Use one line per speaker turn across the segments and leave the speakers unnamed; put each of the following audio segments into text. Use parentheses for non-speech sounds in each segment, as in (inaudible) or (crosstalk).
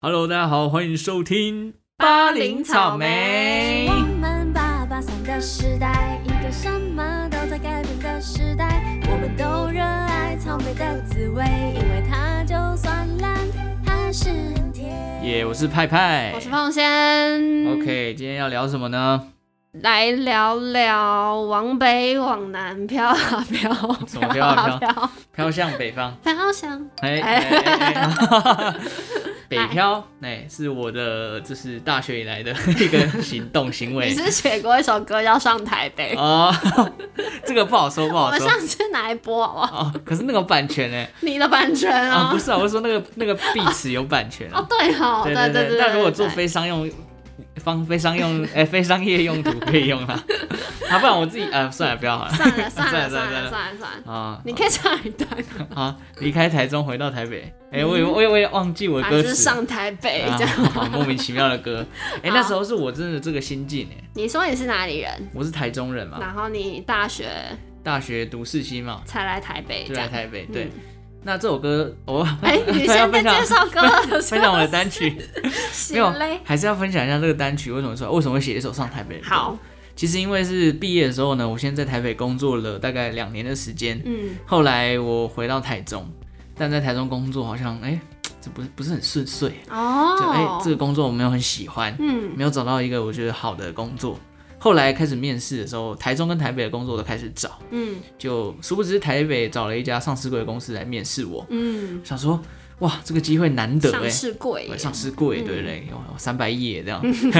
Hello，大家好，欢迎收听
巴林草莓
我们八八三的时代，一个什么都在改变的时代。我们都热爱草莓的滋味，因为它就算烂，还是很甜。
耶我是派派，
我是凤仙。
OK，今天要聊什么呢？
来聊聊往北往南飘啊飘，
什么飘啊
飘，
飘向北
(laughs)
方，
飘向
哎
哎
哎哎哎哈哈哈， (laughs) 北漂，哎，是我的就是大学以来的 (laughs) 一个行动行
你
为
是写过一首歌叫《上台北》，
哦， (laughs) 这个不好说，不
我
好
们
说
上次哪一波好不好？
哦，可是那个版权呢？
你的版权
啊，
哦
不。是啊，我是说那个那个壁纸有版权
哦
啊，，
对哦，
对
对
对
对。
但如果做
对
非商用。方非商用 (laughs) 哎、非商业用途可以用啦，啊， (laughs) 不然我自己呃，算了，不要好了，
算
(laughs)
了算了
算了
算
算
了算了算了， (laughs)
啊，
你可以唱一段，
啊，离开台中回到台北。哎、我也我也我也忘记我的
反
歌
正就是
词，
嗯上台北
啊
这样。
(laughs) 好莫名其妙的歌。哎、
好
那时候是我真的这个心境哎、
你说你是哪里人？
我是台中人嘛，
然后你大学
大学读世新嘛，
才来台北
就
这
来
样？
台北。
嗯
对，那这首歌我 (laughs)
哎，你现在
分享
介绍歌了是
分
吗
享我的单
(laughs)
曲，没有
行嘞，
还是要分享一下这个单曲为什么说为什么会写一首上台北的歌。
好，，
其实因为是毕业的时候呢，我先在台北工作了大概两年的时间，
嗯，
后来我回到台中，但在台中工作好像哎、这不是不是很顺遂。就哎、
哦，
这个工作我没有很喜欢，
嗯，
没有找到一个我觉得好的工作。后来开始面试的时候，台中跟台北的工作都开始找，
嗯
就殊不知台北找了一家上市柜的公司来面试我，
嗯，
想说哇，这个机会难得哎、
上市柜耶，
我上市柜对不
嗯
对？有三百亿耶这样，
(laughs)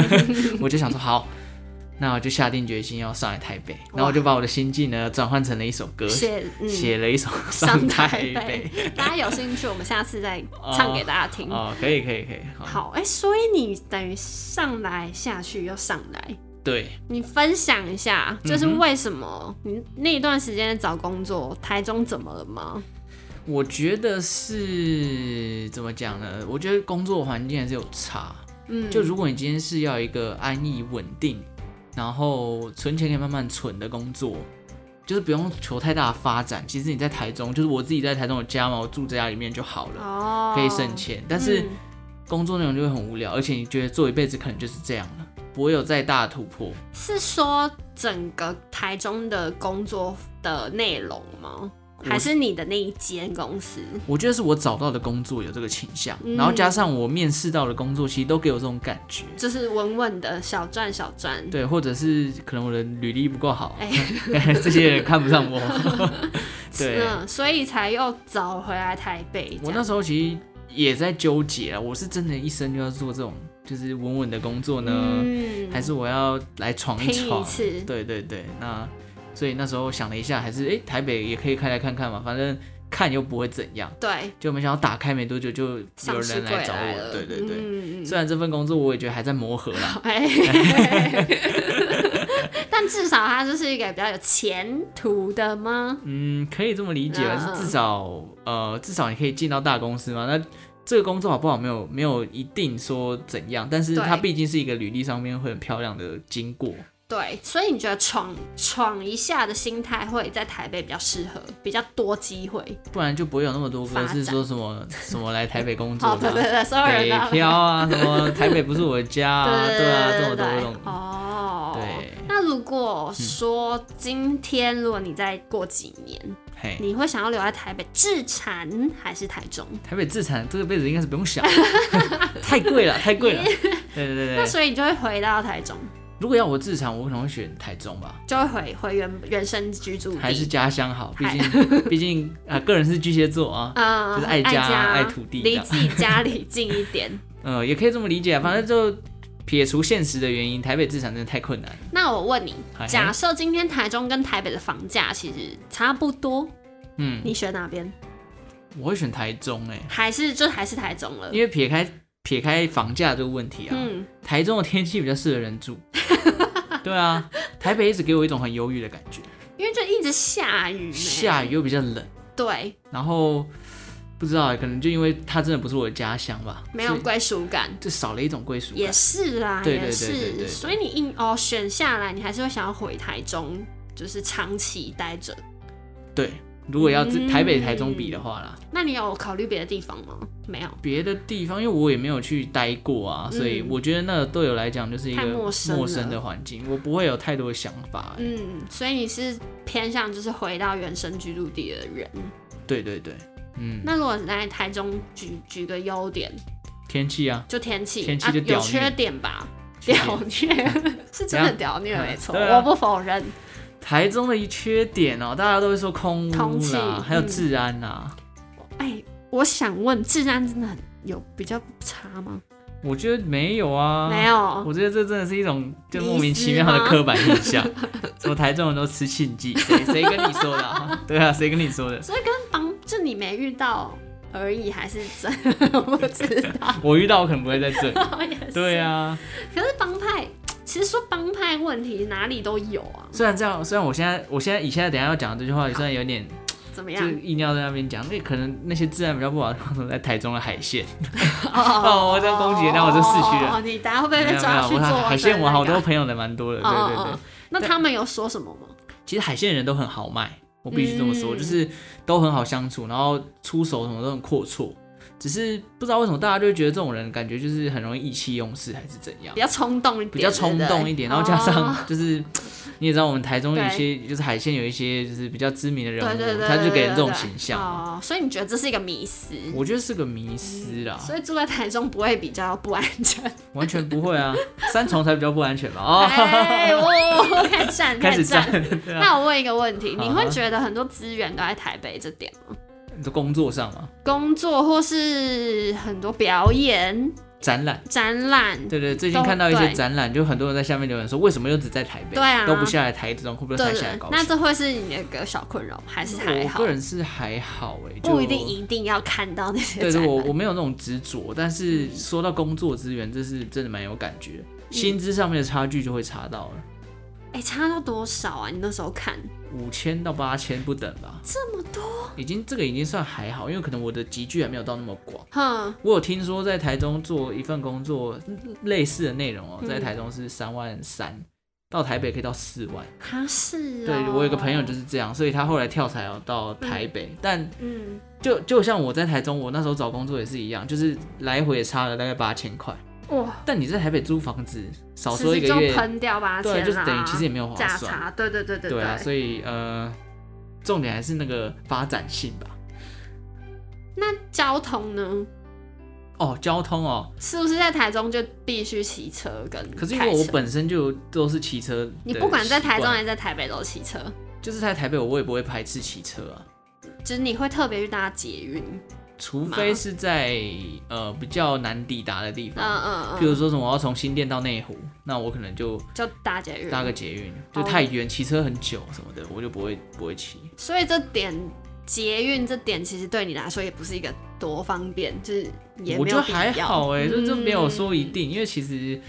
我就想说好，那我就下定决心要上来台北，然后我就把我的心境呢转换成了一首歌，
写嗯，
写了一首
上
台
台北。大家有兴趣，我们下次再唱给大家听。
哦，可以可以可以，好，
好，哎，所以你等于上来下去又上来，
对，
你分享一下，就是
嗯哼
为什么你那一段时间找工作，台中怎么了吗？
我觉得是怎么讲呢？我觉得工作环境还是有差。
嗯，
就如果你今天是要一个安逸稳定，然后存钱可以慢慢存的工作，就是不用求太大的发展。其实你在台中，就是我自己在台中有家嘛，我住在家里面就好了，
哦，
可以省钱。但是
嗯
工作内容就会很无聊，而且你觉得做一辈子可能就是这样了，不会有再大的突破。
是说整个台中的工作的内容吗？
我
还是你的那一间公司？
我觉得是我找到的工作有这个倾向，
嗯
然后加上我面试到的工作，其实都给我这种感觉。
就是稳稳的小赚小赚。
对，或者是可能我的履历不够好，
哎
(laughs) 这些人看不上
(laughs)
我。对，
嗯，所以才又找回来台北这
我
样。
那时候其实也在纠结啊，我是真的一生就要做这种就是稳稳的工作呢，
嗯
还是我要来闯
拼
闯
一？次。
对对对，那所以那时候想了一下，还是哎、诶台北也可以开来看看嘛，反正看又不会怎样。
对，
就没想到打开没多久就有
上市
人
柜
来找
来
我，
了。
对对对。
嗯嗯
虽然这份工作我也觉得还在磨合
(laughs)
啦，
哎但至少它就是一个比较有前途的吗？
嗯，可以这么理解吧，
嗯
至少呃，至少你可以进到大公司嘛。那这个工作好不好，没有没有一定说怎样，但是
对
它毕竟是一个履历上面会很漂亮的经过。
对，所以你觉得闯闯一下的心态会在台北比较适合，比较多机会。
不然就不会有那么多歌
发展
是说什么什么来台北工作
(laughs) 哦，对对
的、
对，所有
啊，
人
北
都要
漂啊，什么台北不是我的家啊，
对
对啊，
对
这么多这
对对
种，
哦，
对
那如果说今天，如果你再过几年，
嘿，
你会想要留在台北自产还是台中？
台北自产这辈子应该是不用
(laughs)
想，太贵了，太贵了。对对对
那
对，
所以你就会回到台中，
如果要我自产，我可能会选台中吧。
就会回回原原生居住地，
还是家乡好，毕
还
竟 (laughs) 毕竟啊、呃个人是巨蟹座啊，
嗯，
就是爱家
家
爱土地这
离
样
自己家里近一
(laughs)
点。
呃，也可以这么理解啊，反正就撇除现实的原因，台北自产真的太困难了。
那我问你
嗨，
假设今天台中跟台北的房价其实差不多，
嗯，
你选哪边？
我会选台中哎、
还是就还是台中了
因？为撇开撇开房价这个问题啊，
嗯，
台中的天气比较适合人住。 (laughs) 对啊，台北一直给我一种很忧郁的感觉，
因为就一直下雨，
下
雨，
雨又比较冷，
对，
然后不知道欸可能就因为它真的不是我的家乡吧，
没有
所以
归属感。
就少了一种归属
也
感。
是啦，
对对对对对
也
对
是，所以你硬哦选下来，你还是会想要回台中，就是长期待着。
对，如果要这
嗯
台北、台中比的话啦，
那你有考虑别的地方吗？没有，
别的地方，因为我也没有去待过啊，所以我觉得那个对我来讲就是一个
嗯太陌生了
陌生的环境，我不会有太多想法、欸
嗯，所以你是偏向就是回到原生居住地的人。
对对对，嗯，
那如果来台中举举个优点，
天气啊，
就天气，
天气就
啊、
屌
有
虐
缺
(laughs)
点吧？
缺点
屌虐是真的
怎
屌虐，
嗯
没错，
对啊
我不否认。
台中的一缺点哦、大家都会说空
空
污
气
啦，还有啊
嗯
治安啦、
哎，我想问，治安真的很有比较差吗？
我觉得没有啊，
没有，
我觉得这真的是一种就
迷
莫名其
思
妙的
吗
刻板印象， (laughs) 什么台中人都吃庆记，谁谁跟你说的、
(laughs)
啊？对啊，谁跟你说的？
所以跟帮就你没遇到而已，还是真的我不知道。
我遇到我可能不会在这里。对
啊， (laughs)
啊，
可是帮派，其实说帮派问题哪里都有啊，
虽然这样，虽然我现在我现在以现在等一下要讲的这句话，也算有点
怎么
就
样
是？硬要在那边讲，那可能那些治安比较不好的地方，可能在台中的海线。
(laughs) 哦
我这样攻击人家我就市区人
哦，你等下会不会
没有
被
没
抓
有，
去
我
做、
海海鲜我好多
哦
朋友的蛮多的，对
哦
对对
哦。那他们有说什么吗？
其实海鲜人都很豪迈，我必须这么说，
嗯
就是都很好相处，然后出手什么都很阔绰。只是不知道为什么大家就会觉得这种人感觉就是很容易意气用事，还是怎样
(laughs) 比，较冲动一点，
比较冲动一点。然后加
哦
上 (laughs) 就是你也知道，我们台中有一些就是海鲜有一些就是比较知名的人
对对对
物，
对，
他就给人这种
对对
形象，
哦，所以你觉得这是一个迷思？
我觉得是个迷思啦，
所以住在台中不会比较不安全。
完
(laughs)
全不会啊，三重才比较不安全吧？哦，
哎，我开始站，
(laughs) 开始
站
站。，对啊，
(laughs) 那我问一个问题，
好
你会觉得很多资源都在台北这点吗？
你的工作上嘛，
工作或是很多表演、
展览。
展览，
对对，最近
都
看到一些
对
展览，就很多人在下面留言说，为什么又只在台北，
对啊
都不下来台中，会不会
对
才下来
对
高，
那
雄？
这会是你的一个小困扰吗，还是还
我
好
个？人是还好哎、就
不一定一定要看到那些
对
展
对，我
览
我。没有那种执着，但是说到工作资源，这是真的蛮有感觉，
嗯
薪资上面的差距就会差到了
哎，差到多少啊？你那时候看
五千到八千不等吧，
这么多，
已经这个已经算还好，因为可能我的集聚还没有到那么广。
哼，
我有听说在台中做一份工作类似的内容
嗯
哦、在台中是三万三，到台北可以到四万。
他是哦。
对我有个朋友就是这样，所以他后来跳槽到台北，但
嗯，
就就像我在台中，我那时候找工作也是一样，就是来回也差了大概八千块。
哇，
但你在台北租房子，少
其
说一
实
个月
就，喷掉八千
对，啊
啦，
就是等于其实也没有划
价
算。
差，对对对对
对啊，
对。
所以呃，重点还是那个发展性吧。
那交通呢？
哦，交通哦，
是不是在台中就必须骑车跟开车？
可是因为我本身就都是骑车的习惯，
你不管在台中还是在台北都骑车，
就是在台北，我也不会排斥骑车啊，
就是你会特别去搭捷运，
除非是在呃比较难抵达的地
嗯
方，
嗯
譬如
嗯，
说什么我要从新店到内湖，那我可能就
就搭捷运。
搭个捷运，
哦
就太远，骑车很久什么的，我就不会不会骑。
所以这点捷运这点其实对你来说也不是一个多方便，就是也
我
没
觉
有
得
必
还
要
好哎、欸，就就没有说一
嗯
定，因为其实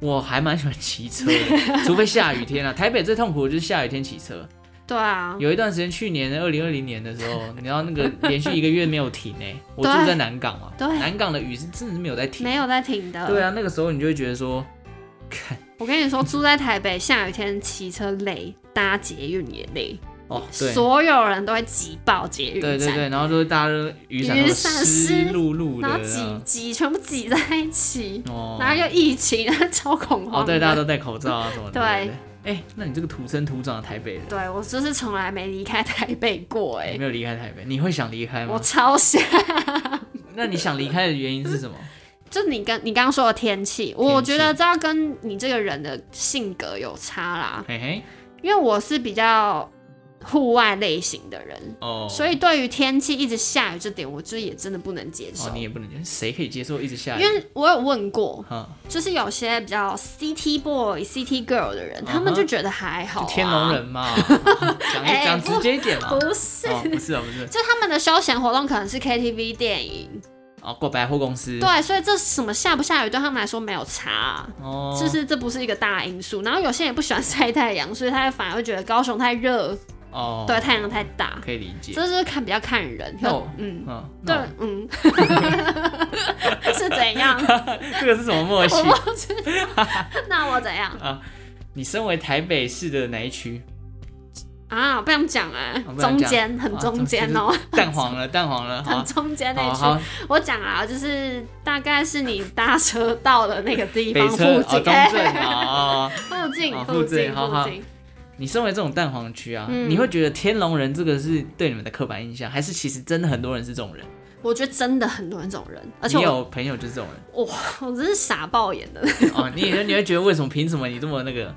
我还蛮喜欢骑车
(laughs)
的，除非下雨天啊。台北最痛苦的就是下雨天骑车，
对啊，
有一段时间，去年二零二零年的时
(laughs)
候，你知道那个连续一个月没有停哎、我住
对
在南港嘛，
对
南港的雨是真的是没有在停，
没有在停的。
对啊，那个时候你就会觉得说，看
我跟你说，住在台北，下雨天骑车累，搭捷运也累，
哦，对
所有人都会挤爆捷运
对对
站，
对，然后就是大家都雨伞都
雨
是
伞
湿
湿
漉漉的
然后
啊
挤，挤全部挤在一起，
哦，
然后又疫情，超恐
哦
慌的。
对，大家都戴口罩啊什么的，
对
对对。哎，那你这个土生土长的台北人，
对我就是从来没离开台北过哎、
你没有离开台北，你会想离开
我
吗？
超想。
那你想离开的原因是什
(laughs)
么？
就你跟你刚刚说的天气，我觉得这要跟你这个人的性格有差啦，
嘿嘿，
因为我是比较户外类型的人，
哦，
所
以
以对于天气一直下雨这点，我就也真的不能接受。
哦你也不能，谁可以接受一直下雨？
因为我有问过，
哈，
就是有些比较 city boy、city girl 的人，
嗯哼
他们就觉得还好、
就
啊。
天龙人嘛，讲
(laughs) 哎
讲
不
直接一点嘛，
不是，
哦，不是啊，不是
就他们的休闲活动可能是 KTV、电影，
哦，过百货公司，，
对，所以这什么下不下雨对他们来说没有差啊、
哦，
就是这不是一个大因素。然后有些人也不喜欢晒太阳，所以他反而会觉得高雄太热，
哦，
对，太阳太大，
可以理解，
这就是看比较看人。
那我
嗯，
嗯，哦
对
那我，
嗯，
(laughs)
(laughs) 是怎样？
这个是什么默契？
我不知
(laughs)
道，那我怎样？
你身为台北市的哪一区？
啊，不想讲哎、
啊不然
中
这样
间很
啊
中间哦、
就是蛋黄
(laughs)
了，蛋黄了，好
很
啊，
中间那
好
区。
好，
我讲啊，就是大概是你搭车到了那个地方
北
附
车哦，
近，
中正
哎，
啊，哦 (laughs)
(laughs) 附近
哦
附
附
近
近好好
附近，
你身为这种蛋黄区啊，
嗯
你会觉得天龙人这个是对你们的刻板印象，还是其实真的很多人是这种人？
我觉得真的很多人这种人，而且
你
我
有朋友就是这种
(laughs)
人
我我真是傻爆眼的， (laughs)
哦，你你会觉得为什么凭什么你这么那个？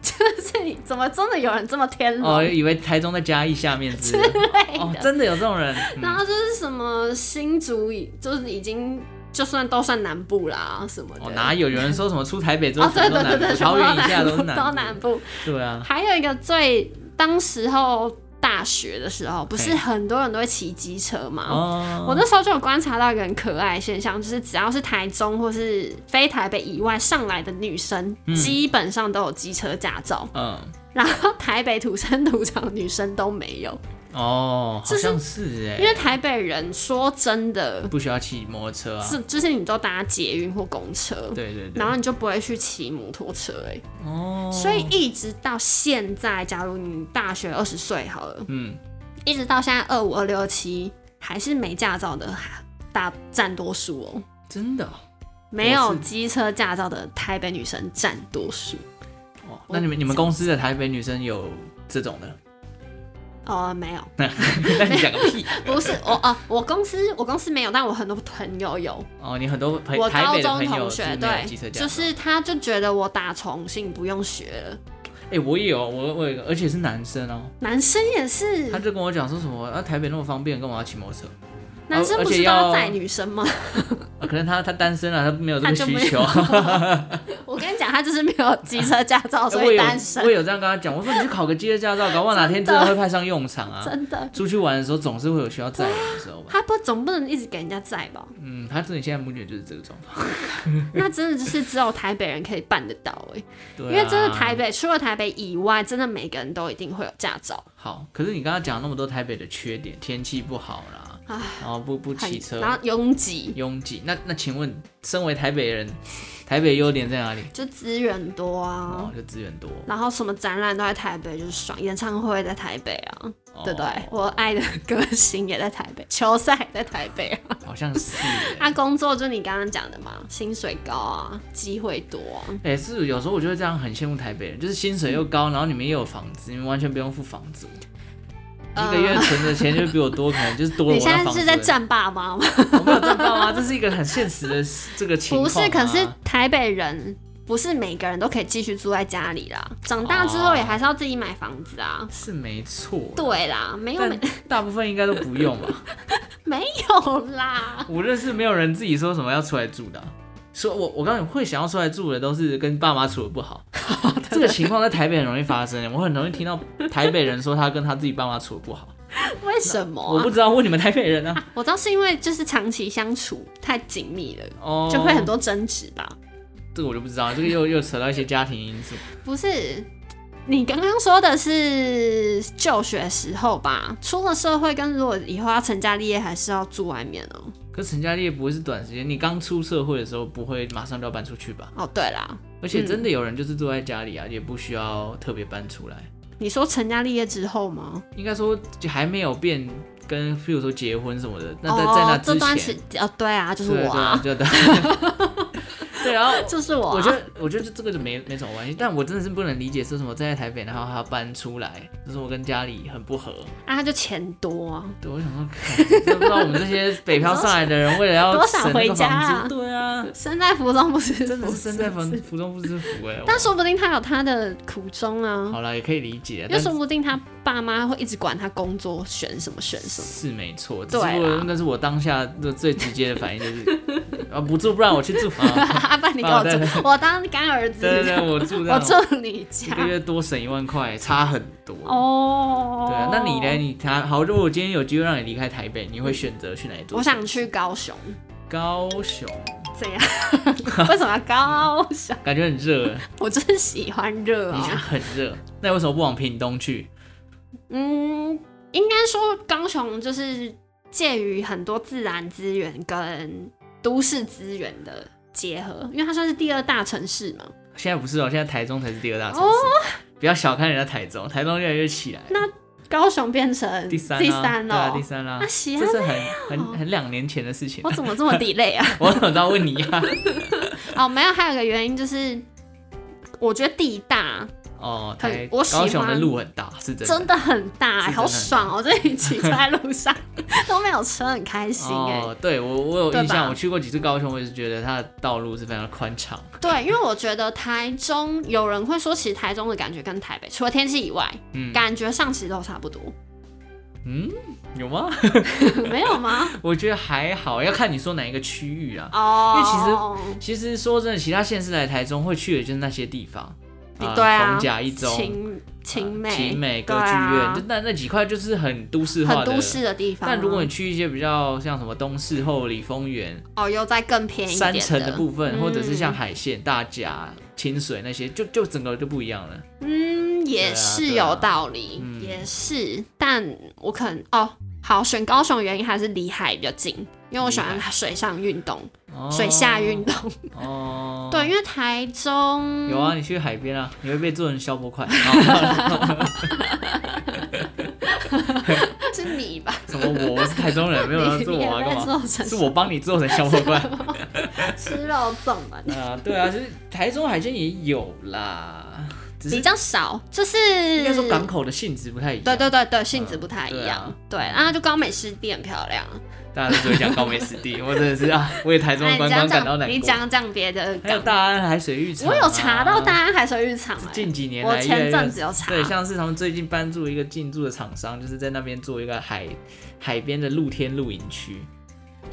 这怎么真的有人这么天龙？
哦，以为台中在嘉义下面之类的哦，真的有这种人，
然
嗯、
后就是什么新竹已就是已经就算都算南部啦什么的，
哦，哪有有人说什么出台北之后
哦
全
对
都
对对
南
对，
部，
全部
桃园以下
都
都是
南部都南
部，
部，
对啊，
还有一个最当时候大学的时候，不是
嘿
很多人都会骑机车吗？
哦，
我那时候就有观察到一个很可爱的现象，就是只要是台中或是非台北以外上来的女生，
嗯
基本上都有机车驾照，
嗯。
然后台北土生土长的女生都没有，
哦，好
就是
像是哎、
因为台北人说真的
不需要骑摩托车啊。
是，就是你都搭捷运或公车，
对对对。
然后你就不会去骑摩托车、欸，
哦，
所以一直到现在，假如你大学二十岁好了，
嗯，
一直到现在二五二六七还是没驾照的大占多数哦。
真的哦
没有机车驾照的台北女生占多数。
哦。那你们你们公司的台北女生有这种的？ (laughs)
哦，没有，
那你讲个
(laughs)
屁！
不是我哦，我公司我公司没有，但我很多朋友有，
哦，你很多朋
我
台
高
北的
中
朋
同
友
学
是没有机车
对，
驾照。
就是他就觉得我打重庆不用学了，
哎、我也有，我我有一个，而且是男生哦，
男生也是
他，就跟我讲说什么啊，台北那么方便，干嘛要骑摩托车？
男生不
而
是
且
都要
要
载女生吗？ (laughs)
啊、可能他他单身啊，他没有这
他
个
就
需
没
求
有。。
(laughs)
我跟你讲，他就是没有机车驾照，所
我
以
有
单身
我，有这样跟他讲，我说你去考个机车驾照，搞不好哪天真的会派上用场啊。
真的。
出去玩的时候总是会有需要载人的时候吧。
他不总不能一直给人家载吧？
嗯，他自己现在目前就是这个状况。
(laughs) 那真的就是只有台北人可以办得到哎、
对、啊，
因为真的台北除了台北以外，真的每个人都一定会有驾照。
好，可是你刚刚讲那么多台北的缺点，天气不好啦，
唉
然后不不骑车
然，后拥挤，
拥挤。那那请问，身为台北人，台北优点在哪里？
就资源多啊
哦，，就资源多，
然后什么展览都在台北，就是爽，演唱会在台北啊，
哦
对不对？我爱的歌星也在台北， (laughs) 球赛也在台北啊，
好像是耶。
(laughs) 啊，工作就你刚刚讲的嘛，薪水高啊，机会多啊，
哎、是有时候我就会这样很羡慕台北人，就是薪水又高，然后你们也有房子，你们完全不用付房租，一个月存的钱就比我多，可
(laughs)
能就是多了
呃你
我
现
的
在
房
是
租
在
了。
战霸吗？
我没有赚到啊，这是一个很现实的这个情
(laughs) 不
况、啊。
是，可是台北人。不是每个人都可以继续住在家里啦，长大之后也还是要自己买房子啊。
是没错，
对啦，没有
哦但
没
大部分应该都不用吧。
(laughs) 没有啦，
我认识没有人自己说什么要出来住的啊、说我我告诉你会想要出来住的都是跟爸妈处的不
(laughs)
好，这个情况在台北很容易发生。我很容易听到台北人说他跟他自己爸妈处的不好，
为什么、啊？
我不知道问你们台北人啊，
我知道是因为就是长期相处太紧密了，
哦，
啊就会很，多争执吧？
这个我就不知道，这个又又扯到一些家庭因素。
不是，你刚刚说的是就学时候吧？出了社会跟如果以后要成家立业，还是要住外面哦、
可成家立业不会是短时间，你刚出社会的时候不会马上就要搬出去吧？
哦，对啦，
而且真的有人就是住在家里啊，也不需要特别搬出来。
你说成家立业之后吗？
应该说就还没有变跟，譬如说结婚什么的，那在、在那
哦，
之
这
前，
段时哦，对啊，就是
对
我啊， (laughs)
对对对对，然后
就是我、啊。
我觉得我觉得这个就没没什么关系，但我真的是不能理解，说什么站在台北，然后还要搬出来，就是我跟家里很不合。
啊，他就钱多、啊，
(laughs) 对，我想说，看真不知道我们这些北漂上来的人，为了要
多想
省那
回
个
家啊
房租，对啊，
身在福中不知
真的
福
是身在
是
福福中不知福
(laughs)
哎。
但说不定他有他的苦衷啊，
好了，也可以理解，
又
但
说不定他爸妈会一直管他工作选什么选什么。
是没错，只
对啊
是
啦
我那是我当下的最直接的反应
(laughs)
就是，啊不住，不然我去住 (laughs) 啊。
阿爸，你给我
哦对对
住，我当干儿子，
对对对，我住这
(laughs) 我
样，
住你
一个
家。
月多省一万块，差很多。
哦，
对啊，那你呢？？你他好，如果我今天有机会让你离开台北，你会选择去哪一座？
我想去高雄，
高雄，
这
(laughs)
样为什么要高雄？
感觉很
(laughs)
热，
我就是喜欢热
你想
啊。
很热，那为什么不往屏东去？
嗯，应该说高雄就是介于很多自然资源跟都市资源的结合，因为它算是第二大城市嘛。哦
现在不是哦，现在台中才是第二大城市。不要小看人家台中，台中越来越起来了。
高雄变成
第三、啊，
第三哦
对啊，
了
第。三啦、
那喜
这
安
是很很很两年前的事情
我，怎么这么 delay 啊？
(laughs) 我怎么知道问你啊呀、
(laughs) 哦，没有，还有一个原因就是，我觉得地大
哦，
很
台
我喜
高雄的
欢
路很大，是真的。
真的很大、
是真的
好
很大
爽哦！这一起走在路上都没有车，很开心哎、
哦，对我我有
对
印象，
吧
我去过几次高雄，我也是觉得它的道路是非常宽敞。
对，因为我觉得台中有人会说，其实台中的感觉跟台北除了天气以外，
嗯
感觉上其实都差不多， (laughs)
嗯，有吗？
没
(laughs)
有吗？
我觉得还好，要看你说哪一个区域啊。
哦，因为
其实说真的，其他县市来台中会去的就是那些地方，
对啊
逢甲一中、
晴晴
啊
美、
晴美歌
对
剧院，
啊
就那那几块就是很都市化
很
的。
都市的地方啊。
但如果你去一些比较像什么东势后里丰原、
哦又再更便宜一点
山城的部分，或者是像
嗯
海线、大甲、清水那些，就就整个就不一样了。
嗯，
对啊
也是
对啊
有道理，
嗯
也是，但我可能哦，好选高雄的原因还是离海比较近，因为我喜欢
离海
水上运动、
哦
水下运动。
哦，
对，因为台中 (laughs)
有啊，你去海边啊，你会被做成消波块，啊
是你吧？
(laughs) 什么我我是台中人，没有人要做我啊，
(laughs) 你也在
干嘛？
做成
是我帮你做成消波块
吃肉粽嘛，
(laughs) 啊，对啊，就是台中海鲜也有
嗯
啦，只
比
是
较少，就是
应该说港口的性质不太一样。
对对对对，性质不太一样
嗯。
对，然后就高美湿地很漂亮。啊
大家都只会讲高美湿 (laughs) 地，我真的是啊，为台中的
哎
观
你
光
讲
感到
讲，
难
你
过。
讲讲别的
还有
港，
大安海水浴场啊，
我有查到大安海水浴场，哎
近几年
我
来越来
前
越
阵子有查，
对，像是他们最近搬入一个进驻的厂商，就是在那边做一个海海边的露天露营区，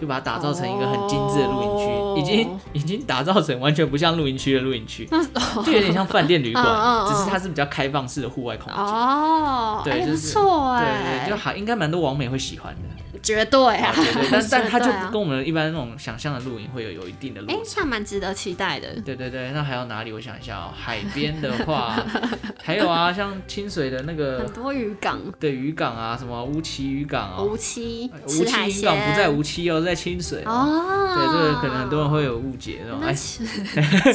就把它打造成一个很精致的露营区，
哦
已经已经打造成完全不像露营区的露营
(laughs)
区，
那
就有点像饭店旅馆，
嗯嗯嗯
只是它是比较开放式的户外空间。
哦，
对
哎、
就
不
是
错
对
哎、
对，就还应该蛮多网美会喜欢
(laughs)
的，
绝对
啊
啊，
对对，但
(laughs)
但它就
绝对啊
跟我们一般那种想象的露营会有有一定的
哎、
落差。
那蛮值得期待的。
对对对，那还有哪里？我想一下哦，海边的
(laughs)
话，还有啊，像清水的那个
很多渔港，
对渔港啊，什么乌旗渔港啊、
无期
哎
吃
无
海
期渔
鲜，
港不在无期哦，在清水哦。
哦，
对，这个可能很多人会有误解，这种
那
哎，
其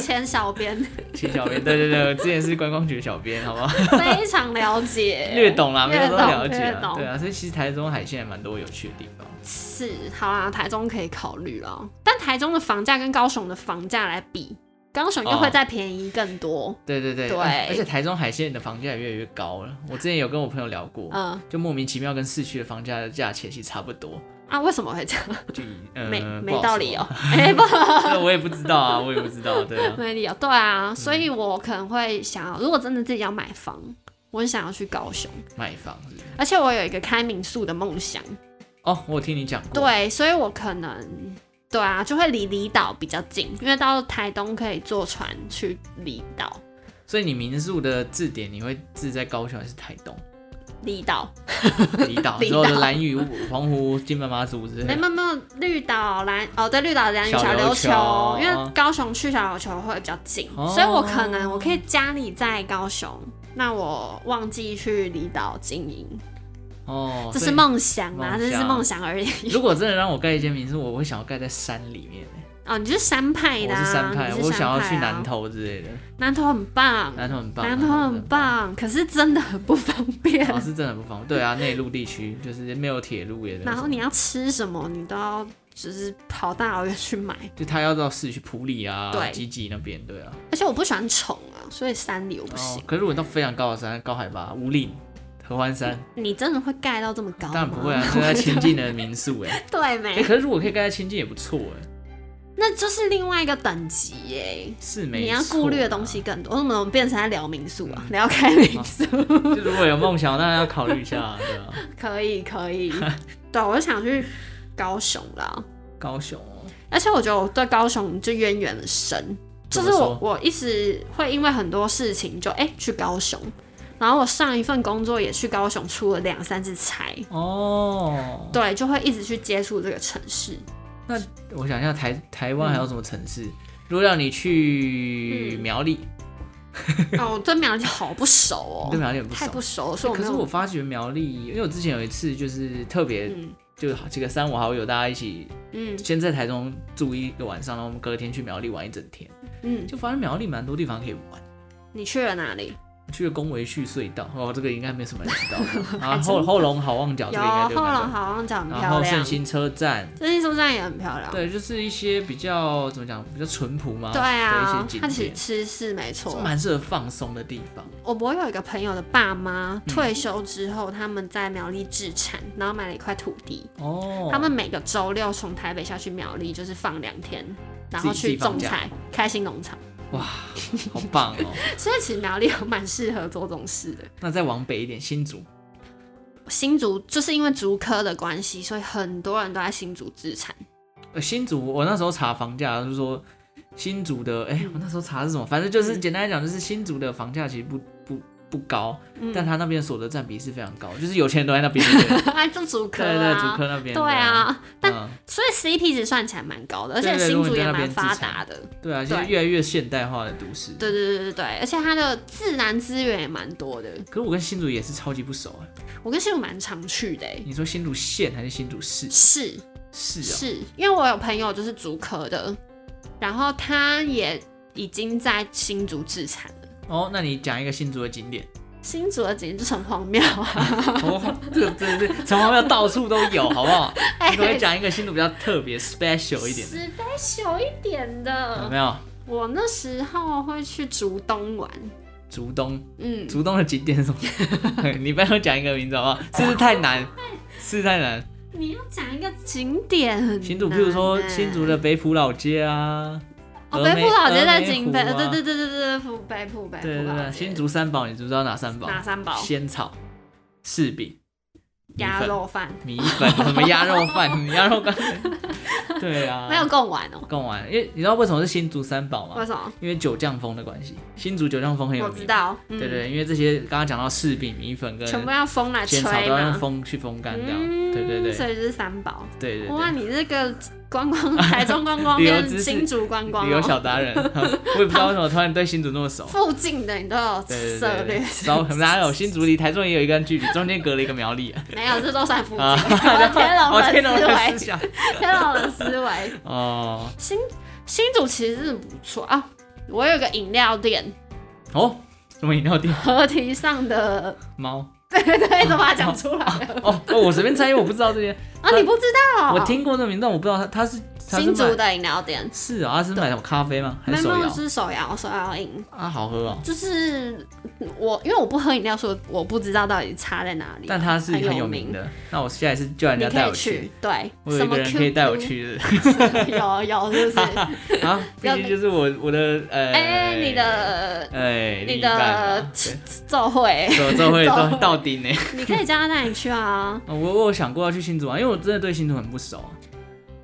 (laughs) 钱小编
请小编， (laughs) 对对对，我之前是观光局的小编，好不好？
非常了解，
(laughs) 略懂啦，没有
略
说
懂
了解
略
啊，
懂
对啊，所以其实台中海鲜还蛮多有趣的地方。
是好啦，台中可以考虑了，但台中的房价跟高雄的房价来比，高雄又
哦
会再便宜更多。
对对对，
对
而而且台中海鲜的房价也越来越高了。我之前有跟我朋友聊过，
嗯
就莫名其妙跟市区的房价的价钱其实差不多，
啊，为什么会这样？
就呃
没
不
没
好
道
(laughs)
理哦 (laughs)
说、
哎、不
对我也不知道啊，我也不知道，对
(laughs)
啊。
没理由，对啊，所以我可能会想要，如果真的自己要买房，我很想要去高雄，
卖房是不是
而且我有一个开民宿的梦想，
哦，我有听你讲过，
对，所以我可能对啊，就会离离岛比较近，因为到台东可以坐船去离岛，
所以你民宿的字典你会字在高雄还是台
(laughs)
东？
离岛，
离岛
离
之
岛
后的蓝屿、澎湖、金门、马祖之类
没
的。
没没有绿岛蓝哦，对，绿岛蓝屿
小
小
琉
琉
球
球，因
哦
为高雄去小琉球会比较近，
哦
所以我可能我可以家里在高雄，那我忘记去离岛经营，
哦，
这
所
是
以。
梦想啊，
梦
这是
想
梦想而已。
如果真的让我盖一间民宿，我会想要盖在山里面。
哦，你是山派
我
的、啊，
是山派，
你是
我想要
山
去
派啊
南，投之类的。
南投很棒，
南投很棒，
南投很。棒，可是真的很不方
(laughs)
便。
哦，是真的很不方便。对啊，内陆地区就是没有铁路也没有什么。
然后你要吃什么，你都要就是跑大老远去买，
就他要到市区普里啊、
对
基吉那边，对啊。
而且我不喜欢虫啊，所以山里我不
哦
行。，
可是如果你到非常高的山，高海拔，五岭、合欢山，
你真的会盖到这么高吗？
当然不
(laughs)
会啊，就在亲近的民宿哎、
对
哎、 (laughs)
没？
可是如果可以盖在亲近也不错哎、
那就是另外一个等级耶。
是没
你要
错啊嗯
顾虑的
啦
东西更多，为什么我们变成在聊民宿啊？聊开民
(laughs)
宿，
啊就如果有梦想，当然要考虑一下，对啊吧、
可以
(laughs)
可以。对，我就想去高雄啦。
高雄哦，
而且我觉得我对高雄就渊源很深，就
怎么
是我
说
我一直会因为很多事情就哎、去高雄，然后我上一份工作也去高雄出了两三次差，
哦，
对，就会一直去接触这个城
(laughs)
市。
我想一下，台台湾还有什么城市？
嗯
如果让你去苗栗，
哦，我对苗栗好不熟哦，
对苗栗很不
太不
熟。
熟，所以我
可
没
是
有。
我发觉苗栗，因为我之前有一次就是特别，
嗯
就几个三五好友，大家一起
嗯
先在台中住一个晚上，然后我们隔天去苗栗玩一整天，
嗯，
就发现苗栗蛮多地方可以玩。
你去了哪里？
去了宫维旭隧道，哦，这个应该没什么人知道的。
(laughs)
然后后后龙好望哦角这
有
个应
啊
该就
后
蛮
龙
多
好望角很
然
漂
后
亮
圣，心车站，
最近松站也很漂亮。
对，就是一些比较怎么讲，比较淳朴嘛，
对
的
啊
一些，
它
景
其实
点，
吃是没错
是。蛮适合放松的地方。
我我有一个朋友的爸妈
嗯
退休之后，他们在苗栗置产，然后买了一块土地，
哦，
他们每个周六从台北下去苗栗，就是放两天，然后
自己
去种
自己放假
菜，开心农场。
哇，好棒哦！
所以其实苗栗有蛮适合做这种事的。
那再往北一点，新竹
新竹就是因为竹科的关系，所以很多人都在新竹自产。 (laughs)
呃，新竹，我那时候查房价，就是说新竹的，哎、
嗯
我那时候查的是什么？反正就是简单来讲，就是新竹的房价其实不不不高，
嗯
但他那边所得占比是非常高，就是有钱人都在那边，对
(laughs)
不对
哎，这竹科
对对，竹
啊，
科那边，
对啊，但
嗯，
所以 CP 值算起来蛮高的，而且
对对
新
如果
竹
你在
也
那
蛮
边
发
自产
达的。
对啊，现在
对
越来越现代化的都市，
对对对对对，而且它的自然资源也蛮多的。
可是我跟新竹也是超级不熟哎、
我跟新竹蛮常去的、欸，
你说新竹县还是新竹市？
是
市啊、
是，因为我有朋友就是竹科的，然后他也已经在新竹自产了。
哦，那你讲一个新竹的景点。
新竹的景点就城隍庙啊，
哦，这这这城隍庙到处都有，好不好？
(laughs) 哎
(laughs) 你可不可以讲一个新竹比较特别、special 一点
(laughs)
的？嗯
是啊比较哎小一点
有
的。
没有？
我那时候会去竹东玩，
竹东，
嗯，
竹东的景点是什么？ (laughs) 你不要讲一个名字好不 (laughs) 好？是不是太
(laughs)
难？是不是太难。
你要讲一个景点很难欸，
新竹，譬如说新竹的北浦老街啊，
哦，
峨
北
眉
浦老街在景北，
峨眉湖啊
对对对对对，浦北浦北
对
浦
对
老
对，
街，
新竹三宝，你知不知道哪三宝？
哪三宝？
仙草、柿饼、米
鸭
粉、
肉饭，
米
(laughs)
粉，什么鸭肉饭、鸭肉干。对啊，
还有贡丸哦，
跟我玩，因为你知道为什么是新竹三宝吗
为？什么？
因为九降风的关系，新竹九降风很有
我
名。
知道，嗯
对对，因为这些刚刚讲到柿饼、米粉跟
全部要风来吹
仙草
嘛，嗯
都要用风去风干掉。对对对
所以就是三宝。
对对
哇，
对，
你这个观光台中观
(laughs)
光
旅游
变
知识
新竹观光、
旅游
哦，
小达
(laughs)
人，我也不知道为什么突然对新竹那么熟。
附近的你都有
对对
涉
对对
略，，
然
(laughs)
后我们哪有新竹离台中也有一段距离，中间隔了一个苗栗啊。
没有这都算附近。
啊 (laughs)
我
哦
天
天
龙
龙
人
人
思
思
维，
想
天龙人思维。
哦
新竹其实真的不错啊，我有个饮料店，
哦，什么饮料店？
河堤上的，
猫
对
(laughs)
对，怎么把它讲出来了？
哦哦，我随便猜，因为我不知道这些，
啊，你不知道？
我听过这名字，但我不知道它它是它是
新竹
卖
的饮料店，
是啊，它是买什么咖啡吗？还
没
是
有
手
没有
摇
是手摇手摇饮，
啊？好喝哦，
就是我，因为我不喝饮料，所以我不知道到底差在哪里。
但它是很
有
有名，的。那我下一次叫人
你
家
可
带
以
我去，，
对，
我有
什
一
么
个
QQ
人可以带我，去的
有
(laughs)
有是不是？
啊，毕
要
竟就是我我的呃，
哎，你的
哎
你
另一半
的
嘛对
奏会，
走这会
走
(laughs) 到到顶呢。
你可以叫他带你去啊。
哦我我有想过要去新竹玩，因为我真的对新竹很不 (laughs) 熟。啊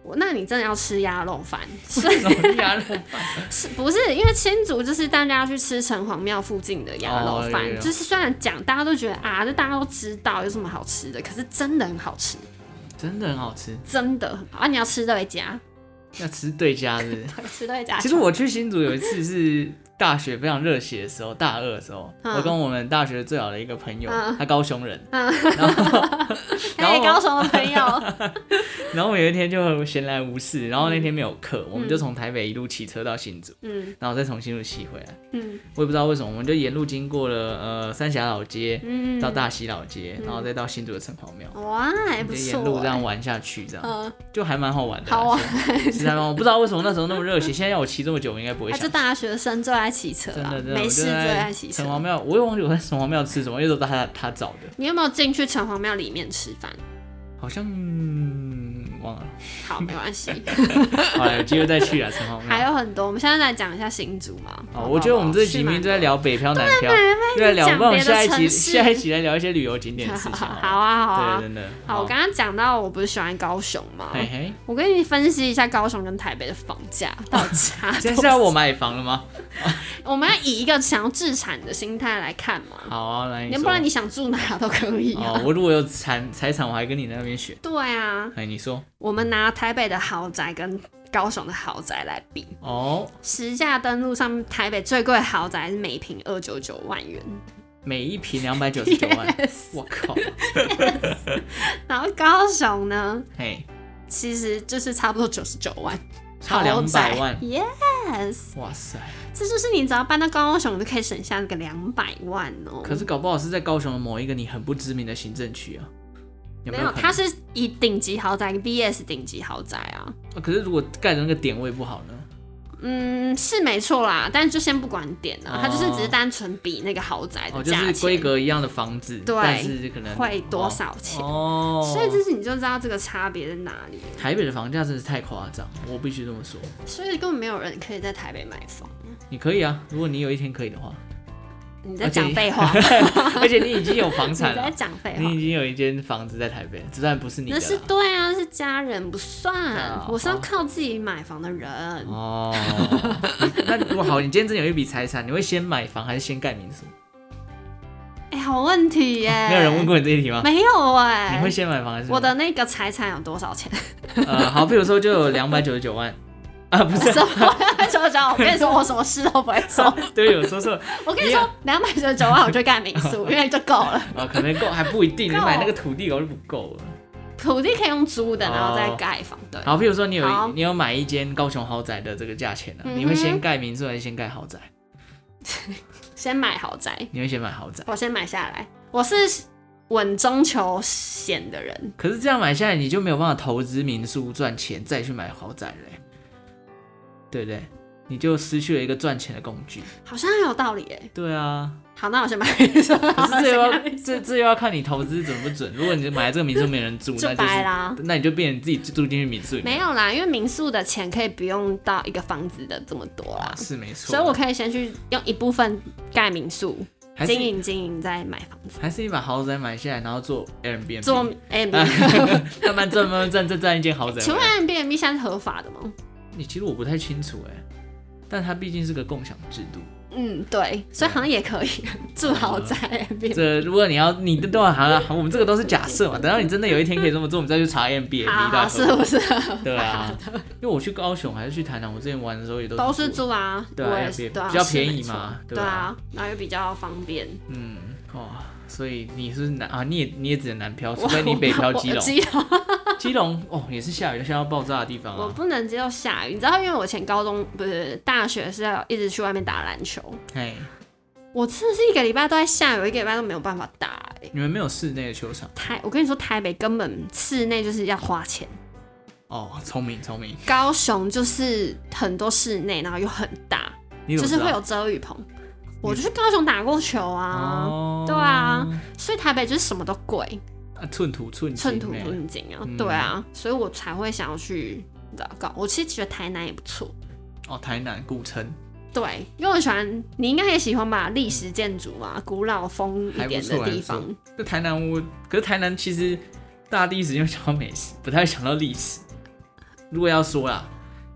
我那你真的要吃鸭肉
(laughs)
饭？是
什么鸭肉饭？
是不是？因为新竹就是大家要去吃城隍庙附近的鸭肉
哦
饭，
有有有
就是虽然讲大家都觉得啊，这大家都知道有什么好吃的，可是真的很好吃，
真的很好吃，
真的很好啊！你要吃对家， (laughs)
要吃对家是不是
吃对家。
其实我去新竹有一次是大学非常热血的时候，大二的时候，
嗯
我跟我们大学最好的一个朋友，
嗯
他高雄
(laughs)
人，
嗯
然后然
嘿，
后
高雄的朋友，
(laughs) 然后我有一天就闲来无事，然后那天没有课，我们就从台北一路骑车到新竹，
嗯
然后再从新竹骑回来。
嗯
我也不知道为什么，我们就沿路经过了呃三峡老街，
嗯，
到大溪老街，然后再到新竹的城隍庙，
哇，还不
就沿路这
错欸，
样玩下去，这样
嗯，
就还蛮好玩的啦。
好啊玩
其实，其实还蛮好，我不知道为什么那时候那么热血，现在要我骑这么久，我应该不会
他
想
就。啊大学生最爱骑车
真
啊
的，真的，
没
我
事
就
最
在
爱骑
城隍
车。
庙，我也忘记我在城隍庙吃什么，因为都是他他找的，
你有没有进去城隍庙里面吃饭？
好像嗯忘了，
好，没
(laughs)
关系，
好了，有机会再去啊城隍庙
(laughs) 还。有很多。我们现在来讲一下新竹嘛。好不
哦，
好
我觉得我们这集明明就在。聊北漂南漂，就在聊，
啊讲
不然我
别
们
的
下一集
城市
下一集来聊一些旅游景点
是
的事
蛮
情
(laughs) 多
好了。
好啊，好啊
对，。真的。
好，我刚刚讲到我不是喜欢高雄嘛，
嘿
(laughs)
嘿，
我跟你分析一下高雄跟台北的房价
(laughs)
到底差
现在
多
是要我买房了吗？
(laughs) 我们要以一个想要自产的心态来看嘛，
好啊，来你
要
说。
不然你想住哪都可以啊
哦，。我如果有产财产，我还跟你那边选。
对啊，
哎，你说
我们拿台北的豪宅跟高雄的豪宅来比，
哦，
实价登录上面台北最贵的豪宅是每平二九九万元，
每一瓶两百九十九万，我靠，
然后高雄呢，
嘿，
其实就是差不多九十九万，
差两百万，
，yes，
哇塞！
这就是你只要搬到高雄就可以省下那个两百万哦。
可是搞不好是在高雄的某一个你很不知名的行政区啊，有
没
有
有，
可能？
它是以顶级豪宅 VS 顶级豪宅啊。
啊可是如果盖的那个点位不好呢？
嗯，是没错啦，但是就先不管点啊，它就是
哦
只是单纯比那个豪宅的
哦，就
价
是
钱
规格一样的房子，
对
但是可能
会多少钱，
哦。
所以这是你就知道这个差别在哪里了。
台北的房价真是太夸张，我必须这么说。
所以根本没有人可以在台北买房。
你可以啊，如果你有一天可以的话，
你在
而且
讲
(laughs)
废话，
而且你已经有房
你
产
在
了，
讲废
你已
话。
经有一间房子在台北，只然不是你的
那
啦。
是对啊，是家人不
哦
算，我是要靠自己买房的人。
哦，那如果好，你今天真有一笔财产，你会先买房还是先盖民
(laughs)
宿？
哎，好问题耶，
没有人问，过你这一题吗？
没有
你会
哎。
先买房还是
我的那个财产有多少钱？
呃好，比如说就有两百九十九万 (laughs) 啊，不是，
什么？什么讲？我跟你说，我什么事都不会做。
对，有说错了
我跟
你
你
也
说，两百九十九万我就盖民宿，因为就够了。
(laughs) 啊，可能够还不一定，你
够
买那个土地搞就不够了。
土地可以用租的，
哦
然后再盖房。对，
好，比如说你有
好
一你有买一间高雄豪宅的这个价钱呢、
嗯哼
你会先盖民宿还是先盖豪宅？
先买豪宅，
你会先买豪宅，
我先买下来。我是稳中求险的人，
可是这样买下来你就没有办法投资民宿赚钱，再去买豪宅嘞、对不对？你就失去了一个赚钱的工具。
好像很有道理哎。
对啊，
好，那
(laughs)
我先买民宿。 (laughs)
可是这又
我先
要
盖民宿
这这又要看你投资准不准。如果你买了这个民宿没人住，
(laughs) 就
那
掰啦
是那你就变成自己住进去民宿里面
没有啦，因为民宿的钱可以不用到一个房子的这么多啦，
啊是没错。
所以我可以先去用一部分盖民宿，
还是
经营经营再买房子，
还是你把豪宅买下来，然后做 Airbnb， (laughs)
做 a b
啊
n
慢慢赚慢慢赚再赚一间豪宅。
请问 a b n b 现在是合法的吗？
你其实我不太清楚哎，但它毕竟是个共享制度。
嗯，对，所以好像也可以 (laughs) 住豪宅 a b n
嗯这如果你要你的都好了，我们这个都是假设嘛。等到你真的有一天可以这么做，我们再去查 Airbnb
好
到
好，
底
是
合不合
不是？
对啊，因为我去高雄还是去台南，我之前玩的时候也都
都是住啊，
对啊
我也是，
Airbnb，
对啊，
比较
是
便宜
没错
嘛对
对
吧
啊，然后又比较方便。
嗯哦，所以你是南啊，你也你也只能南漂， (laughs) 除非你北漂基
我
隆。
基隆，
基隆哦，也是下雨下到爆炸的地方
我
啊。
不能接受下雨，你知道，因为我以前高中不是大学是要一直去外面打篮球，
哎，
我真的是一个礼拜都在下雨，我一个礼拜都没有办法打、欸。
你们没有室内的球场
台，我跟你说，台北根本室内就是要花钱，
哦，聪明聪明，
高雄就是很多室内，然后又很大，
你怎么
就是
知
会
道
有遮雨棚。我就去高雄打过球啊，
哦，
对啊，所以台北就是什么都贵，
啊，寸土寸金
寸土
欸
寸金啊，
嗯
对啊，所以我才会想要去你知道高。我其实觉得台南也不错，
哦，台南古城
对，因为我喜欢，你应该也喜欢吧，历史建筑嘛，古老风一
还不
点
错，
的
还
地
不
方
错。。那台南我，可是台南其实大家第一时间想到美食，不太想到历史。如果要说啦，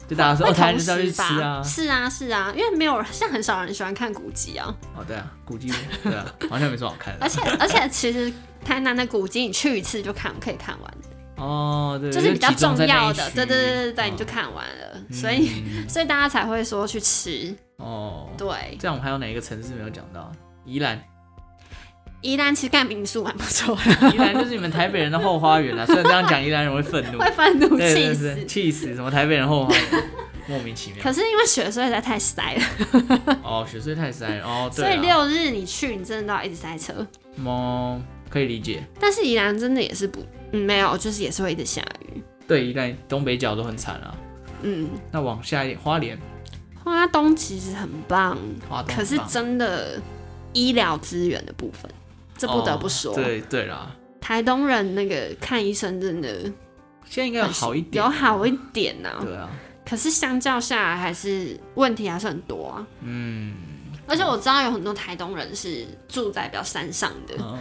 就大家说
会
哦，台南就
同
是要去
时
吃
吧，
啊，
是啊是啊，因为没有现在很少人喜欢看古迹啊，
哦对啊，古迹对啊，好像没什么好看的。
而
(laughs)
且而且其实台南的古迹你去一次就看可以看完，
哦，对，
就是比较
集中
重
在那
要
一
的，
区
对对对对对，
哦
你就看完了，所以
嗯
所以大家才会说去吃。
哦，
对，
这样我们还有哪一个城市没有讲到？宜
(laughs)
兰，
宜兰其实干民宿蛮不错的，
宜兰就是你们台北人的后花园啊。虽然这样讲，宜兰人会
(laughs)
愤怒，
会愤怒
(laughs) 对
气
对
死。
对，气死！什么台北人后花园，莫名其妙。
可是因为雪隧实在太塞了，
哦，雪隧太塞了。哦，
所
对
以
啊，
六日你去，你真的都要一直塞车。
哦，可以理解。
但是宜兰真的也是不，嗯，没有，就是也是会一直下雨。
对，宜兰东北角都很惨啊。
嗯，
那往下一点，花莲、
花东其实很棒，
花东很棒，啊
可是真的医疗资源的部分，这不得不说，
哦对对啦，
台东人那个看医生真的
现在应该有好一点
有。好一点呐、
对啊，
可是相较下来还是问题还是很多啊。
嗯，
而且我知道有很多台东人是住在比较山上的，
嗯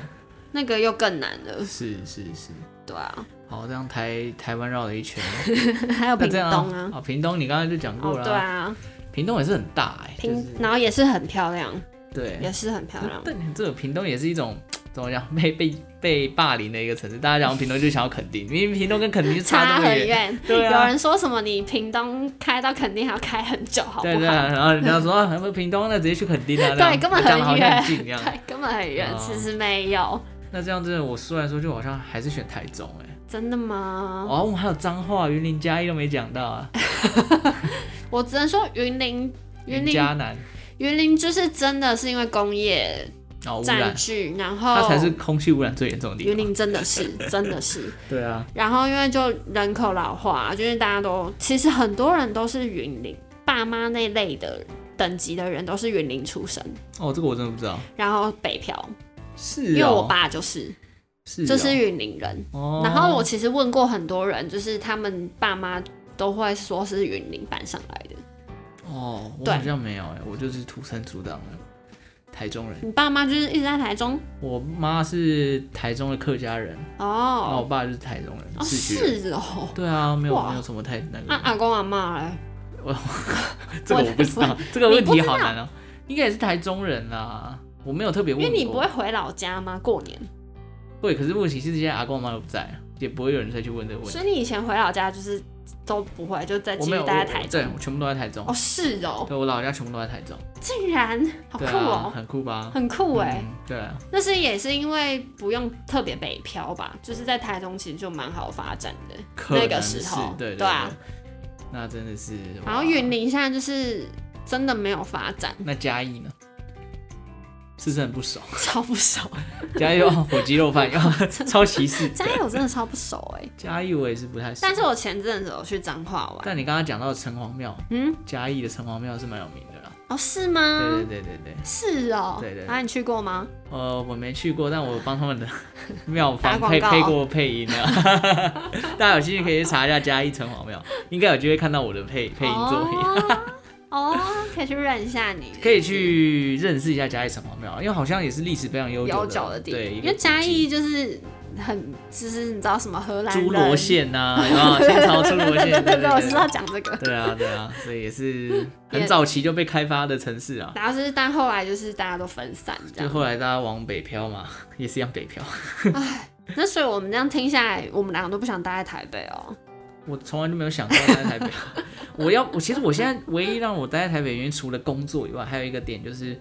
那个又更难了，
是是是。
对
(laughs)
啊，
好，这样台台湾绕了一圈。
(laughs) 还有
那
屏
这样
东啊，
哦，屏东你刚才就讲过
哦
了。
对啊，
屏东也是很大哎，就
屏、
是
然后也是很漂亮，
对，
也是很漂亮，
但这个屏东也是一种怎么讲被被被霸凌的一个城市，大家讲屏东就想要垦丁，明明屏东跟垦丁就差
差
这么
很
远，
远。
(laughs) 对
有
啊，
人说什么你屏东开到肯定还要开很久，好不
对
好？
对啊，然后人家说啊，不屏东那直接去垦丁
(laughs)
啊，这样
对，根本
讲得好
很
像
远，
很近一样。
(laughs) 对，根本很远
哦，
其实没有，
那这样真的，我说来说去，我好像还是选台中哎、
真的吗？
哦，我还有脏话，云林嘉义都没讲到啊，
我只能说云林， (laughs) 云林，
嘉南
云林就是真的是因为工业
哦污
占
染，
据，然后
它才是空气污染最严重的地
云
方。
林真的是真的是，
对啊，
然后因为就人口老化，啊就是大家都其实很多人都是云林爸妈那类的等级的人都是云林出生，
哦，这个我真的不知道，
然后北漂，
是、哦，
因为我爸就是
是、哦，
就是云林人，
哦，
然后我其实问过很多人，就是他们爸妈都会说是云林搬上来的。
哦，我
对
好像没有哎、我就是土生土长的台中人，
你爸妈就是一直在台中
我妈是台中的客家人，然后我
哦，
爸就是台中人，
哦
市区人。
是哦。
对啊，没有
哇
没有什么太那个
啊，阿公阿妈嘞，
这个
我
我不知道，这个问题好难哦、应该也是台中人啦，我没有特别问
因
过。
为你不会回老家吗？过年，
对，可是问题是现在阿公阿妈都不在，也不会有人再去问这个问题
所。以你以前回老家就是都不会，就再
我
继
没
续
有，
待在
我
台
对
中。
我全部都在台中，
哦，是哦，
对我老家全部都在台中，
竟然好酷
对啊，
哦，
很酷吧？
很酷哎。
嗯对啊，
但是也是因为不用特别北漂吧，就是在台中其实就蛮好发展的。
可
那
能
个时候
是对
对啊，
对那真的是。
然后
哇
云林现在就是真的没有发
(laughs)
展，
那嘉义呢？是不是很不熟？
超不 (laughs) 熟。
嘉义要火鸡肉
(laughs)
饭，要超歧视。
嘉义我真的超不熟哎、
(laughs) 嘉义我也是不太熟，
但是我前阵子有去彰化玩，
但你刚刚讲到城隍庙，
嗯，
嘉义的城隍庙是蛮有名的啦。
哦是吗？
对对对对对，
是哦，
对对对
啊你去过吗？
呃，我没去过，但我帮他们的 (laughs) 庙方
打
配
广告
配过配音啊。 (laughs) 大家有兴趣可以去查一下嘉义城隍庙，应该有机会看到我的配配音作品。
哦，哦可以去认一下你，
(laughs) 可以去认识一下嘉义城隍庙，因为好像也是历史非常悠
有
久
脚的地方，
对，一
因
个
为嘉
古迹
义就是很就是你知道什么荷兰人
侏罗，县呐，啊，清朝侏罗
(laughs) 对对
县，
对
对
对，我知道 (laughs) 讲这个。
对啊，对啊，所以也是很
也
早期就被开发的城市
(laughs)
啊。
然后就是，但后来就是大家都分散这
就
样。
后来大家往北漂嘛， (laughs) 也是一样北
(laughs)
漂。
那所以我们这样听下来，我们两个都不想待在台北哦。
我从来就没有想过待在台北。 (laughs) 我要，我其实我现在唯一让我待在台北的原因，除了工作以外，还有一个点就是，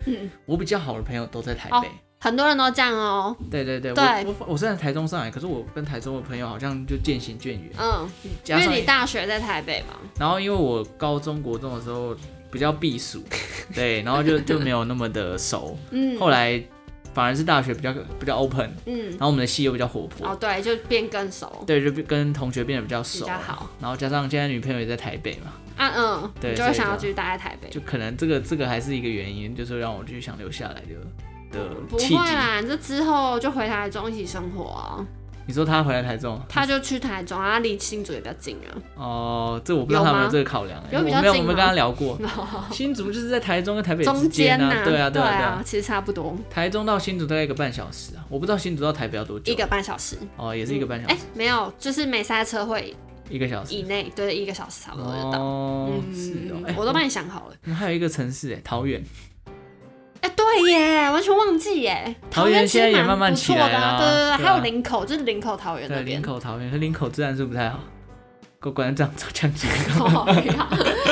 我比较好的朋友都在台
嗯哦
北。
很多人都这样哦，
对对对，
对
我我我虽然台中上来，可是我跟台中的朋友好像就渐行渐远。
嗯，因
加
为
上
你大学在台北嘛，
然后因为我高中国中的时候比较避
(laughs)
暑，对，然后就就没有那么的熟。
嗯，
后来反而是大学比较比较 open，
嗯，
然后我们的系又比较活泼，
哦对，就变更熟
对，就跟同学变得比较熟，啊
比较好。
然后加上现在女朋友也在台北嘛，
啊，嗯，
对
你就
所
会
以
想要
就
继续待在台北。
就可能这个这个还是一个原因，就是让我继续想留下来的的
不会啊
契机。
啦，这之后就回台中一起生活啊。
你说他回来台中，啊
他就去台中啊，离新竹也比较近啊。
哦、这我不知道他有没有这个考量、欸，
有
我
吗有比
没有我
较近
没有跟
吗
他聊过。新竹就是在台中跟台北之
中间
啊，
呐、
对啊
对
对啊对啊，
其实差不多
台中到新竹大概一个半小时啊，我不知道新竹到台北要多久，
一个半小时，
哦也是一个半小
哎、
时，
没有，就是没塞车会
一个小
以
时。
内，对，一个小时差不多就到。嗯
哦，是哦，哎、
我都帮你想好了。
我们还有一个城市哎、桃园。
嗯哎、对耶，完全忘记耶。
桃园
园其实
现在也
蛮
慢慢
不
起
错
来
的啊
啦
对对
对
对，
啊
还有林口，就是林口桃园那
对，林
边。
口桃园，可林口治安是不太好。果果然这样照枪击，
哦呀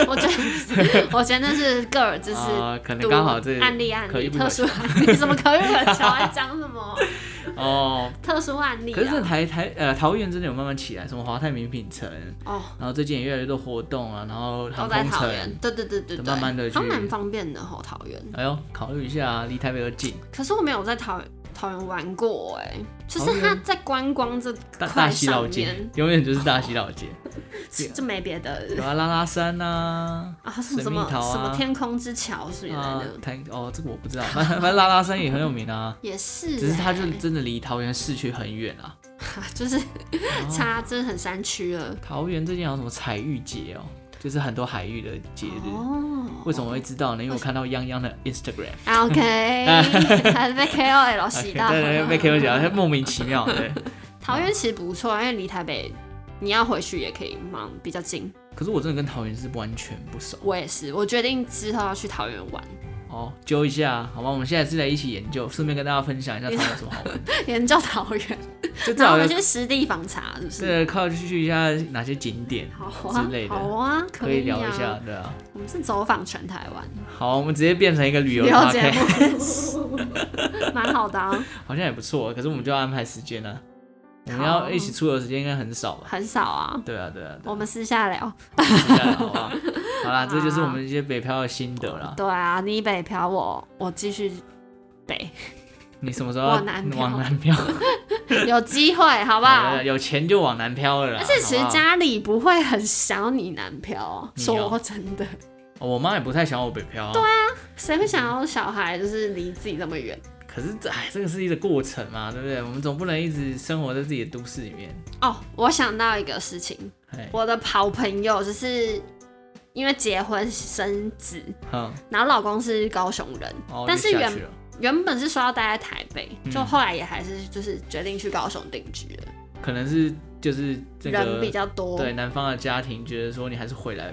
我觉得，我觉得那是个人， (laughs) 就是
啊可能
独
刚好这
案例案
可遇
例
不
特
可
殊案例，什么可遇不可求？还讲
(laughs)
什么
哦。
特殊案例
可是真的
啊？
台台呃桃园真的有慢慢起来，什么华泰名品城，
哦，
然后最近也越来越多活动啊，然后
都
航
在
空
桃园
城，，
对对对对对，
慢慢地去
它蛮方便的吼，桃园。
哎呦，考虑一下啊，离台北又近，
可是我没有在桃桃园玩过哎、就是
桃
它
园
在观光这
大
块
大溪老
上
街
面，
永远就是大溪老街，
就没别的
有啊拉拉山呐，
啊，什么
水
什
蜜
么
桃啊
什么天空之桥是原来
啊
的，
台哦这个我不知道，反正反正拉拉山也很有名啊，
也 (laughs) 是、欸，
只是它就真的离桃园市区很远啊。
(laughs) 就是
哦
差，真的很山区了。
桃园最近好像什么彩玉节哦，就是很多海域的节日。
哦
为什么我会知道呢？因为我看到泱泱的 Instagram，(laughs)
啊，OK，还是被 KOL 洗到。
啊对对对，被 Q
(laughs)
讲，他莫名其妙，对。
桃园其实不错，因为离台北你要回去也可以忙，比较近。
可是我真的跟桃园是完全不熟
我也是，我决定之后要去桃园玩，
哦，揪一下好吗？我们现在是来一起研究，顺便跟大家分享一下桃园有什么好玩的，
研究桃园，
就最
(laughs) 然后
好
我
有
们去实地访查，是不是？
对靠去一下哪些景点
好
之
啊
类，的，
好啊，可
可以聊
啊
一下，对啊。
我们是走访全台湾
好，我们直接变成一个旅游
旅游节
podcast，
(laughs) 目，蛮好的啊。
好像也不错，可是我们就要安排时间了。我们要
好
一起出游的时间应该很少吧？
很少啊。
对啊，对啊，对
我
啊
们私下聊。
是这样好不好？好
(laughs)
啦，这就是我们一些北漂的心得啦。
对啊，你北漂我，我继续北，
你什么时候要
往南漂
往南漂？
有机会好不好？
有钱就往南漂了啦。
而且其
好不
实
好
家里不会很想要你南漂啊，
你哦
说真的，
哦我妈也不太想我北漂。对啊。
谁会想要小孩就是离自己那么远？
可是这哎，这个是一个过程嘛，对不对？我们总不能一直生活在自己的都市里面。
哦，我想到一个事情，
哎，
我的好朋友就是因为结婚生子，
哼，
然后老公是高雄人，
哦，
但
就是下去
原
了。
原本是说要待在台北，
嗯
就后来也还是就是决定去高雄定居了，
可能是就是这
人
个
比较多，
对南方的家庭觉得说你还是回来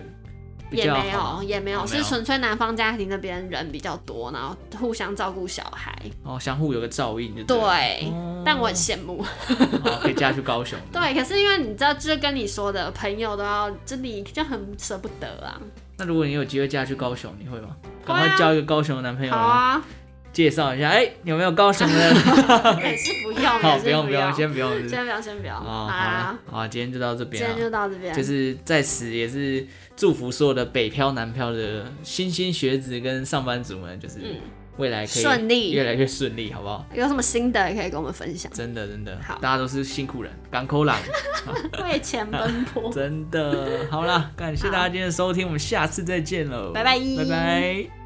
比
也
较
没
好
有，也没
哦
有，
没
是
有
纯粹南方家庭那边人比较多，然后互相照顾小孩。
哦，相互有个照应就
对，
了哦
但我很羡慕。，
哦可以嫁去高雄。
(laughs) 对，可是因为你知道，就跟你说的，朋友都要，就你就很舍不得啊。
那如果你有机会嫁去高雄，你会吗？
会
赶
啊
快交一个高雄的男朋友
好
来
啊，
介绍一下，哎，有没有高雄
(laughs)
的？
也是不用，
(laughs) 好，
也
不
是
用不用，
用，
先不用。是不是
先不要，先不要。
哦，好
好啦
啦，，好，今天就到这
今
边
天
了。
就到这边。
就是在此也是祝福所有的北漂南漂的新兴学子跟上班族们，就是
嗯
未来可以
顺利
越来越顺利，好不好？
有什么心得也可以跟我们分享，
真的真的
好，
大家都是辛苦人，港口狼，
(laughs) 为钱奔波。
真的。好啦，感谢大家今天的收听，我们下次再见喽，
拜拜
拜拜。